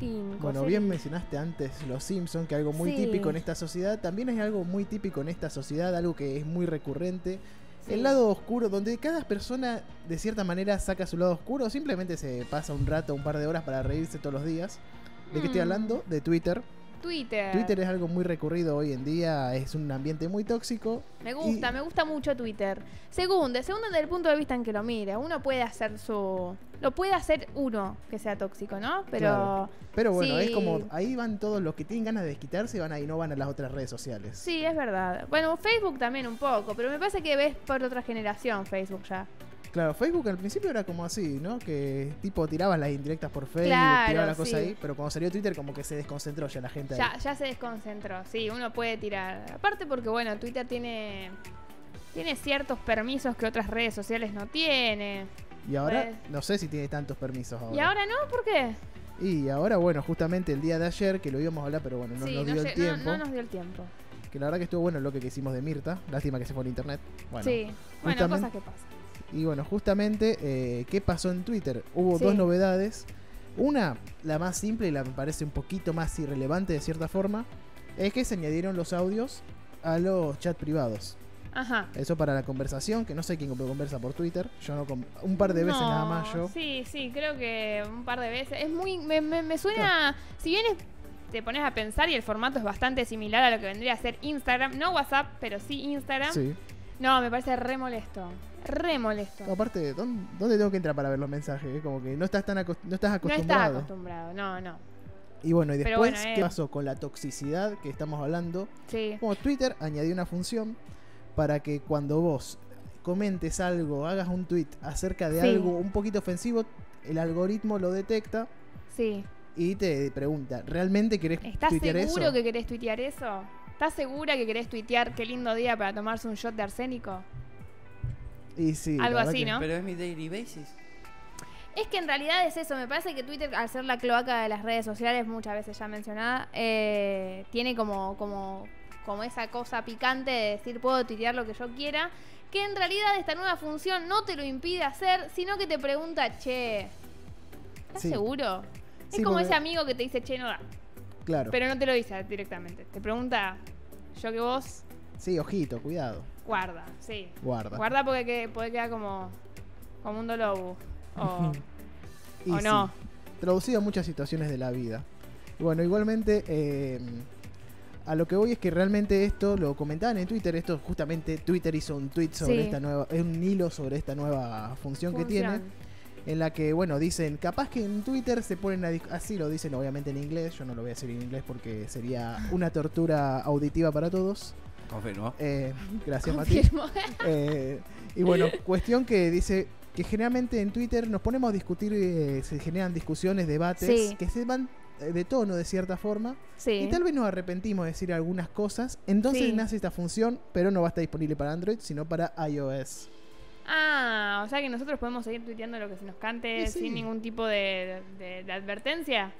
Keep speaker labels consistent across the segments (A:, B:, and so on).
A: distintos.
B: Bueno,
A: el-
B: bien mencionaste antes Los Simpson, que algo muy
A: Sí.
B: típico en esta sociedad, también es algo muy típico en esta sociedad, algo que es muy recurrente.
A: sí.
B: El lado oscuro, donde cada persona de cierta manera saca su lado oscuro, simplemente se pasa un rato, un par de horas para reírse todos los días. ¿De qué estoy
A: Mm. Eh.
B: hablando? De Twitter.
A: Twitter.
B: Twitter es algo muy recurrido hoy en día, es un ambiente muy tóxico.
A: Me gusta,
B: y-
A: me gusta mucho Twitter. Segundo, segundo desde el punto de vista en que lo mira. Uno puede hacer su. Lo puede hacer uno que sea tóxico, ¿no? Pero.
B: Claro. Pero bueno, es
A: Sí.
B: como ahí van todos los que tienen ganas de desquitarse, van ahí, no van a las otras redes sociales.
A: Sí, es verdad. Bueno, Facebook también un poco, pero me parece que ves por otra generación Facebook ya.
B: Claro, Facebook al principio era como así, ¿no? Que tipo tirabas las indirectas por Facebook,
A: Claro,
B: tirabas las cosas
A: sí.
B: ahí, pero cuando salió Twitter como que se desconcentró ya la gente
A: Ya,
B: ahí.
A: ya se desconcentró, sí, uno puede tirar. Aparte porque, bueno, Twitter tiene, tiene ciertos permisos que otras redes sociales no tiene.
B: Y ahora
A: pues.
B: no sé si tiene tantos permisos ahora.
A: ¿Y ahora no? ¿Por qué?
B: Y ahora, bueno, justamente el día de ayer, que lo íbamos a hablar, pero bueno, no
A: sí,
B: nos dio
A: lle-
B: el tiempo.
A: no nos dio el tiempo.
B: Que la verdad que estuvo bueno lo que hicimos de Mirta. Lástima que se fue al internet. Bueno.
A: sí, bueno,
B: justamente-
A: cosas que pasan.
B: Y bueno, justamente, eh, ¿qué pasó en Twitter? Hubo dos
A: Sí.
B: novedades. Una, la más simple y la me parece un poquito más irrelevante de cierta forma, es que se añadieron los audios a los chats privados.
A: Ajá.
B: Eso para la conversación, que no sé quién conversa por Twitter. Yo no con- un par de veces
A: No,
B: nada más yo.
A: Sí, sí, creo que un par de veces. Es muy. Me, me- me suena. Si bien es- te pones a pensar y el formato es bastante similar a lo que vendría a ser Instagram, no WhatsApp, pero sí Instagram.
B: Sí.
A: No, me parece re molesto. Re molesto.
B: Aparte, ¿dónde, dónde tengo que entrar para ver los mensajes? Eh, Como que no estás tan acos- no estás
A: No estás
B: acostumbrado.
A: acostumbrado, no, no.
B: y bueno, y
A: Pero
B: después,
A: bueno, eh.
B: ¿qué pasó con la toxicidad que estamos hablando?
A: Sí.
B: Como Twitter añadió una función para que cuando vos comentes algo, hagas un tweet acerca de
A: Sí.
B: algo un poquito ofensivo, el algoritmo lo detecta
A: Sí.
B: y te pregunta, ¿realmente querés
A: ¿Estás
B: tuitear
A: seguro
B: eso?
A: que querés tuitear eso? ¿Estás segura que querés tuitear qué lindo día para tomarse un shot de arsénico?
B: Y sí, la
A: Algo
B: verdad
A: así,
B: que-
A: ¿no?
C: Pero es mi daily basis.
A: Es que en realidad es eso, me parece que Twitter, al ser la cloaca de las redes sociales, muchas veces ya mencionada, eh, tiene como, como, como esa cosa picante de decir puedo tuitear lo que yo quiera, que en realidad esta nueva función no te lo impide hacer, sino que te pregunta, che, ¿estás
B: Sí.
A: seguro? Es
B: Sí,
A: como
B: porque-
A: ese amigo que te dice, che, no da,
B: Claro.
A: pero no te lo dice directamente, te pregunta, yo que vos,
B: Sí, ojito, cuidado.
A: guarda, sí.
B: Guarda.
A: Guarda porque que- puede quedar como, como un dolobu. O,
B: Y
A: o
B: sí,
A: no.
B: traducido a muchas situaciones de la vida. Y bueno, igualmente, eh, a lo que voy es que realmente esto lo comentaban en Twitter. Esto justamente Twitter hizo un tweet sobre
A: Sí.
B: esta nueva, es un hilo sobre esta nueva función que tiene.
A: Función.
B: en la que, bueno, dicen, capaz que en Twitter se ponen a dis- así lo dicen obviamente en inglés, yo no lo voy a decir en inglés porque sería una tortura auditiva para todos.
C: Confirmo.
B: Eh, gracias, Mati.
A: Confirmo.
B: Eh, y bueno, cuestión que dice que generalmente en Twitter nos ponemos a discutir, eh, se generan discusiones, debates,
A: Sí.
B: que se van eh, de tono de cierta forma
A: Sí.
B: y tal vez nos arrepentimos de decir algunas cosas entonces
A: Sí.
B: nace esta función pero no va a estar disponible para Android sino para iOS
A: Ah, o sea que nosotros podemos seguir tuiteando lo que se nos cante
B: Y sí.
A: sin ningún tipo de, de- de advertencia.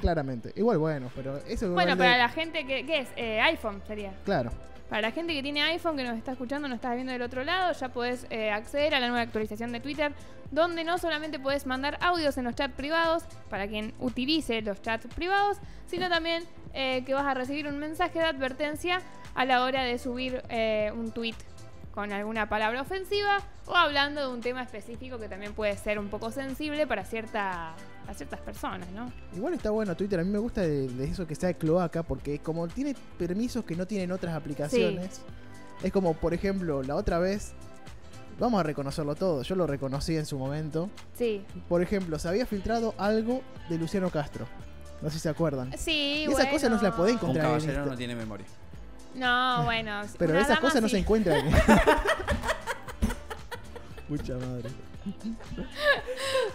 B: claramente igual bueno pero eso
A: Bueno,
B: igual
A: para
B: de-
A: la gente que. ¿Qué es? Eh, iPhone sería.
B: claro
A: Para la gente que tiene iPhone, que nos está escuchando, nos estás viendo del otro lado, ya podés eh, acceder a la nueva actualización de Twitter, donde no solamente podés mandar audios en los chats privados, para quien utilice los chats privados, sino también eh, que vas a recibir un mensaje de advertencia a la hora de subir eh, un tweet con alguna palabra ofensiva o hablando de un tema específico que también puede ser un poco sensible para, cierta, para ciertas personas, ¿no?
B: Igual está bueno Twitter, a mí me gusta de, de eso que sea cloaca, porque como tiene permisos que no tienen otras aplicaciones, es como, por ejemplo, la otra vez, vamos a reconocerlo todo, yo lo reconocí en su momento,
A: Sí.
B: por ejemplo, se había filtrado algo de Luciano Castro, no sé si se acuerdan.
A: Sí,
B: Y esa cosa no se la podés
A: bueno.
C: Un
B: Contra
C: caballero
B: Benito.
C: no tiene memoria.
A: No, bueno.
B: Pero
A: una
B: esas
A: dama
B: cosas no
A: sí.
B: se encuentran. Mucha madre.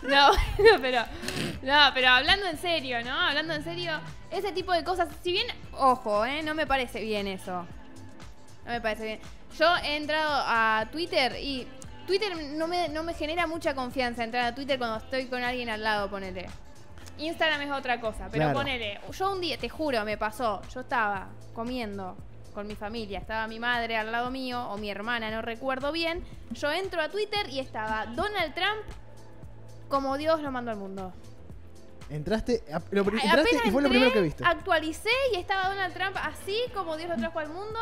A: No, bueno, pero. No, pero hablando en serio, ¿no? Hablando en serio, ese tipo de cosas. Si bien, ojo, ¿eh? No me parece bien eso. No me parece bien. Yo he entrado a Twitter y. Twitter no me, no me genera mucha confianza entrar a Twitter cuando estoy con alguien al lado, ponele. Instagram es otra cosa, pero
B: Claro.
A: ponele. Yo un día, te juro, me pasó. Yo estaba comiendo con mi familia, estaba mi madre al lado mío o mi hermana, no recuerdo bien. Yo entro a Twitter y estaba Donald Trump como Dios lo mandó al mundo.
B: Entraste, a- lo pri-
A: A-
B: entraste
A: apenas
B: y fue lo
A: entré,
B: primero que viste.
A: Actualicé y estaba Donald Trump así como Dios lo trajo al mundo.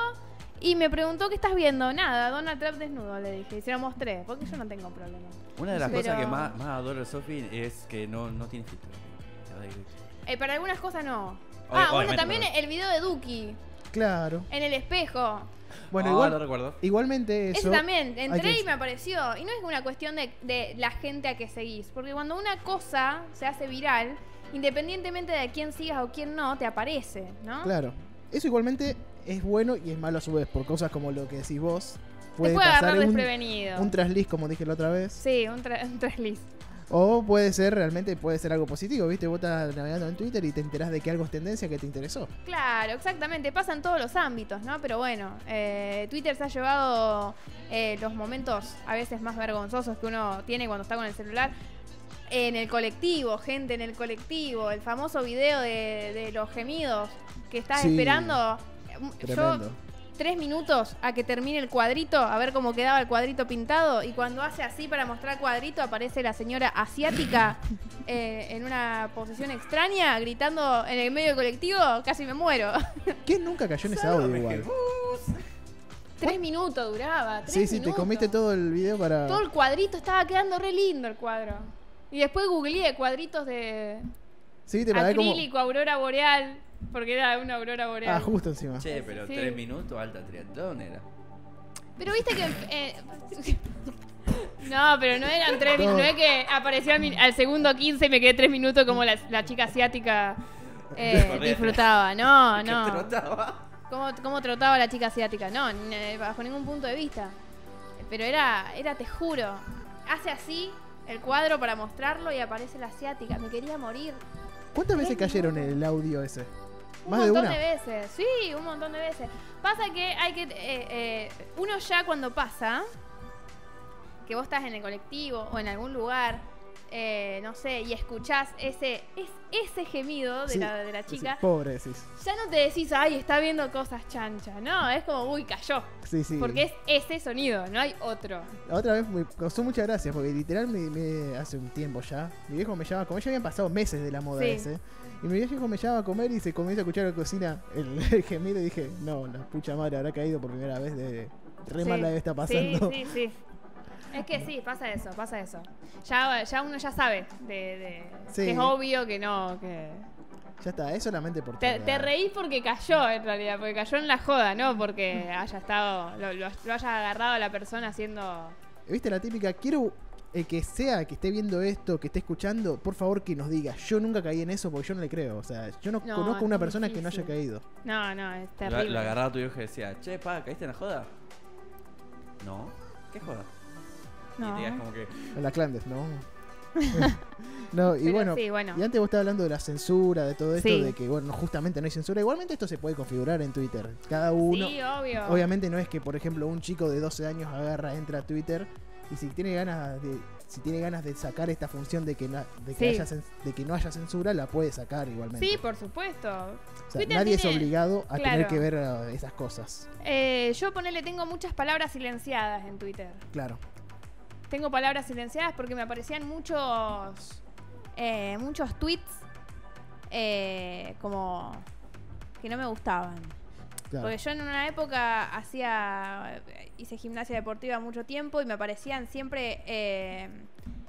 A: Y me preguntó qué estás viendo. Nada, Donald Trump desnudo, le dije. Y se lo mostré, porque yo no tengo problema.
C: Una de las
A: Pero-
C: cosas que más, más adoro de Sophie es que no, no tiene filtro. Se va directo.
A: Eh, para algunas cosas no.
C: Obvio-
A: ah, bueno,
C: obviamente,
A: también
C: pero-
A: el video de Duki
B: Claro.
A: en el espejo.
B: Bueno,
C: Ah,
B: igual,
C: lo recuerdo.
B: igualmente
A: Eso,
B: eso.
A: también,
B: hay
A: entré
B: que-
A: y me apareció. Y no es una cuestión de, de la gente a que seguís. Porque cuando una cosa se hace viral, independientemente de quién sigas o quién no, te aparece, ¿no?
B: Claro. Eso igualmente es bueno y es malo a su vez, por cosas como lo que decís vos.
A: Te
B: Puede
A: puede
B: pasar
A: agarrar
B: un,
A: desprevenido.
B: un trasliz, como dije la otra vez.
A: sí, un, tra- un trasliz.
B: O puede ser realmente, puede ser algo positivo, ¿viste? Vos estás navegando en Twitter y te enterás de que algo es tendencia que te interesó.
A: Claro, exactamente. Pasa en todos los ámbitos, ¿no? Pero bueno, eh, Twitter se ha llevado eh, los momentos a veces más vergonzosos que uno tiene cuando está con el celular. En el colectivo, gente en el colectivo. El famoso video de, de los gemidos que estás
B: Sí.
A: esperando. Yo,
B: Tremendo.
A: tres minutos a que termine el cuadrito, a ver cómo quedaba el cuadrito pintado, y cuando hace así para mostrar cuadrito aparece la señora asiática eh, en una posición extraña, gritando en el medio del colectivo, casi me muero.
B: ¿Quién nunca cayó en ese audio igual?
A: tres minutos duraba. Tres
B: Sí, sí, te
A: minutos.
B: comiste todo el video para.
A: Todo el cuadrito, estaba quedando re lindo el cuadro. Y después googleé cuadritos de
B: Sí, te para ver como.
A: acrílico, aurora boreal, porque era una aurora boreal.
B: Ah, justo encima.
C: Che, pero
A: Sí.
C: tres minutos, alta triatlón era.
A: Pero viste que. eh, No, pero no eran tres minutos. No es que apareció al, min- al segundo 15 y me quedé tres minutos como la, la chica asiática eh,
C: Correcto.
A: disfrutaba. No,
C: Que
A: Ah, no.
C: trotaba.
A: ¿Cómo, ¿Cómo trotaba la chica asiática? No, ni- bajo ningún punto de vista. Pero era, era, te juro. Hace así el cuadro para mostrarlo y aparece la asiática. Me quería morir.
B: ¿Cuántas veces
A: Tres
B: cayeron en el audio ese?
A: Un
B: Más de
A: montón
B: una.
A: de veces, sí, un montón de veces. Pasa que hay que. eh, eh, uno ya cuando pasa, que vos estás en el colectivo o en algún lugar, eh, no sé, y escuchás ese, es, ese gemido de,
B: Sí,
A: la, de la
B: Sí,
A: chica,
B: pobre, decís.
A: ya no te decís, ay, está viendo cosas chanchas. No, es como, uy, cayó.
B: Sí, sí.
A: Porque es ese sonido, no hay otro.
B: La otra vez me causó muchas gracias porque literal me, me- hace un tiempo ya, mi viejo me llama a comer, ya habían pasado meses de la moda
A: Sí.
B: ese, y mi viejo me llama a comer y se comienza a escuchar en la cocina el, el gemido y dije, no, la pucha madre habrá caído por primera vez de re
A: Sí,
B: mala debe estar pasando.
A: Sí, sí, sí. Es que sí, pasa eso, pasa eso. Ya, ya uno ya sabe de, de-
B: Sí.
A: que es obvio que no, que.
B: Ya está, es solamente por
A: Te,
B: tolerar.
A: te reís porque cayó, en realidad, porque cayó en la joda, no porque haya estado, lo, lo- lo haya agarrado a la persona haciendo.
B: ¿Viste la típica? Quiero el que sea que esté viendo esto, que esté escuchando, por favor que nos diga, yo nunca caí en eso porque yo no le creo, o sea, yo no,
A: No,
B: conozco
A: es
B: una
A: muy
B: persona que no haya
A: difícil.
B: caído.
A: No, no, es
C: Lo,
A: terrible.
C: lo agarraba tu viejo y decía, che, pa, ¿caíste en la joda? No. ¿Qué joda? Y
A: No.
C: te quedas como que.
B: En las Clandes, no. no, y
A: Pero
B: bueno,
A: sí, bueno.
B: Y antes vos estabas hablando de la censura, de todo esto,
A: Sí.
B: de que, bueno, justamente no hay censura. Igualmente esto se puede configurar en Twitter. Cada uno.
A: sí, obvio.
B: Obviamente no es que, por ejemplo, un chico de 12 años agarra, entra a Twitter y si tiene ganas de, si tiene ganas de sacar esta función de que, na- de que,
A: Sí.
B: haya cen- de que no haya censura, la puede sacar igualmente.
A: Sí, por supuesto.
B: O sea,
A: Twitter
B: nadie
A: tiene-
B: es obligado a
A: Claro.
B: tener que ver eh, esas cosas.
A: Eh, yo ponele, tengo muchas palabras silenciadas en Twitter.
B: Claro.
A: Tengo palabras silenciadas porque me aparecían muchos. eh, muchos tweets. eh, como. que no me gustaban.
B: claro.
A: Porque yo en una época hacía hice gimnasia deportiva mucho tiempo y me aparecían siempre eh,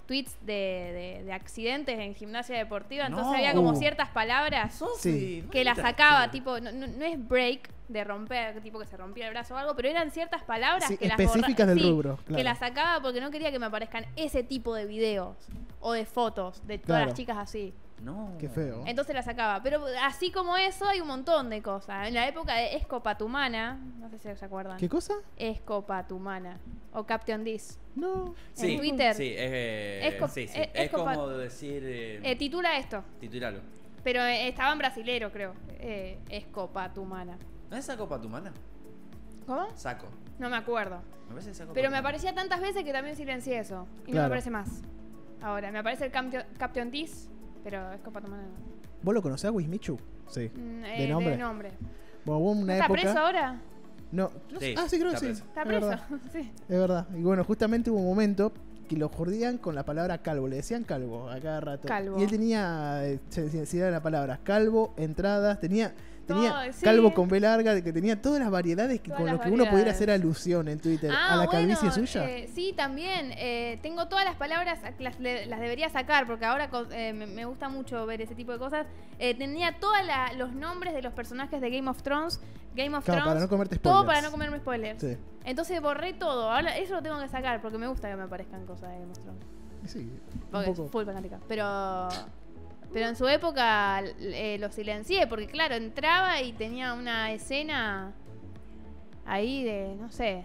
A: tweets de, de- de accidentes en gimnasia deportiva. Entonces
C: No.
A: había como
B: Uh.
A: ciertas palabras
B: Sí.
A: que las
C: maldita.
A: sacaba, tipo, no, no- no es break de romper, tipo que se rompía el brazo o algo, pero eran ciertas palabras
B: Sí,
A: que las
B: específicas
A: borra-
B: del
A: sí,
B: rubro,
A: Que
B: claro.
A: las sacaba porque no quería que me aparezcan ese tipo de videos o de fotos de todas
B: Claro.
A: las chicas así.
C: No.
B: Qué feo.
A: Entonces la sacaba. Pero así como eso, hay un montón de cosas. En la época de Escopatumana, no sé si se acuerdan.
B: ¿Qué cosa?
A: Escopatumana. O Captain This.
B: No.
C: Sí,
A: en Twitter.
C: Sí, es, eh,
A: Es co-
C: sí, sí.
A: es-
C: Es
A: es compa-
C: como decir. Eh,
A: Eh, titula esto.
C: titularlo.
A: Pero eh, estaba en brasilero, creo. Eh, Escopatumana.
C: ¿No es saco patumana?
A: ¿Cómo?
C: Saco.
A: No me acuerdo.
C: Me parece saco
A: Pero me
C: patumana.
A: aparecía tantas veces que también silencié eso. Y no me
B: Claro.
A: aparece más. Ahora, me aparece el Captio- Captain This, pero Escopatumana no.
B: ¿Vos lo conocés a Wismichu? Sí.
A: Mm, eh,
B: ¿De nombre?
A: De nombre.
B: Bueno, hubo una
A: ¿Está
B: época.
A: preso ahora?
B: No.
C: Sí,
B: ah, sí, creo que
C: está
B: sí.
C: preso.
A: Está
B: Es
A: preso.
B: verdad.
A: sí.
B: Es verdad. Y bueno, justamente hubo un momento porque lo jodían con la palabra calvo, le decían calvo a cada rato.
A: Calvo.
B: Y él tenía eh, sensibilidad a la palabra, calvo, entradas, tenía, tenía
A: Todo, sí.
B: calvo con B larga, de que tenía todas las variedades que,
A: Todas
B: con
A: las
B: lo que uno pudiera
A: variedades.
B: hacer alusión en Twitter,
A: Ah,
B: a la
A: bueno,
B: calvicie suya.
A: eh, sí, también. eh, tengo todas las palabras, las, le- las debería sacar porque ahora co- eh, me, me gusta mucho ver ese tipo de cosas. Eh, tenía todos los nombres de los personajes de Game of Thrones. Game of
B: Claro,
A: Thrones.
B: para no comerte spoilers.
A: todo para no comerme spoilers.
B: Sí.
A: Entonces borré todo. Ahora eso lo tengo que sacar porque me gusta que me aparezcan cosas de Game of Thrones.
B: Y sí, un
A: Porque
B: poco.
A: es full fanática. Pero. Pero en su época l- eh, lo silencié, porque claro, entraba y tenía una escena ahí de, no sé,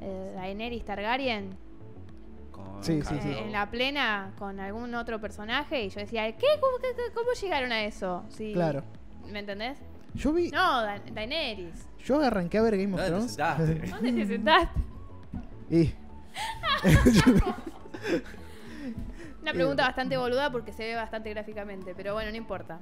A: eh, Daenerys Targaryen
C: Con
B: Sí, sí,
A: eh,
B: sí.
A: en la plena con algún otro personaje y yo decía, ¿qué? ¿Cómo, qué- qué- cómo llegaron a eso? Sí.
B: Claro.
A: ¿Me entendés?
B: Yo vi,
A: No, Da- Daenerys.
B: yo arranqué a ver Game of
C: ¿Dónde te
B: Thrones.
C: sentaste?
A: ¿Dónde
B: Mm.
A: te sentaste?
B: y Eh.
A: Una pregunta bastante boluda porque se ve bastante gráficamente, pero bueno, no importa.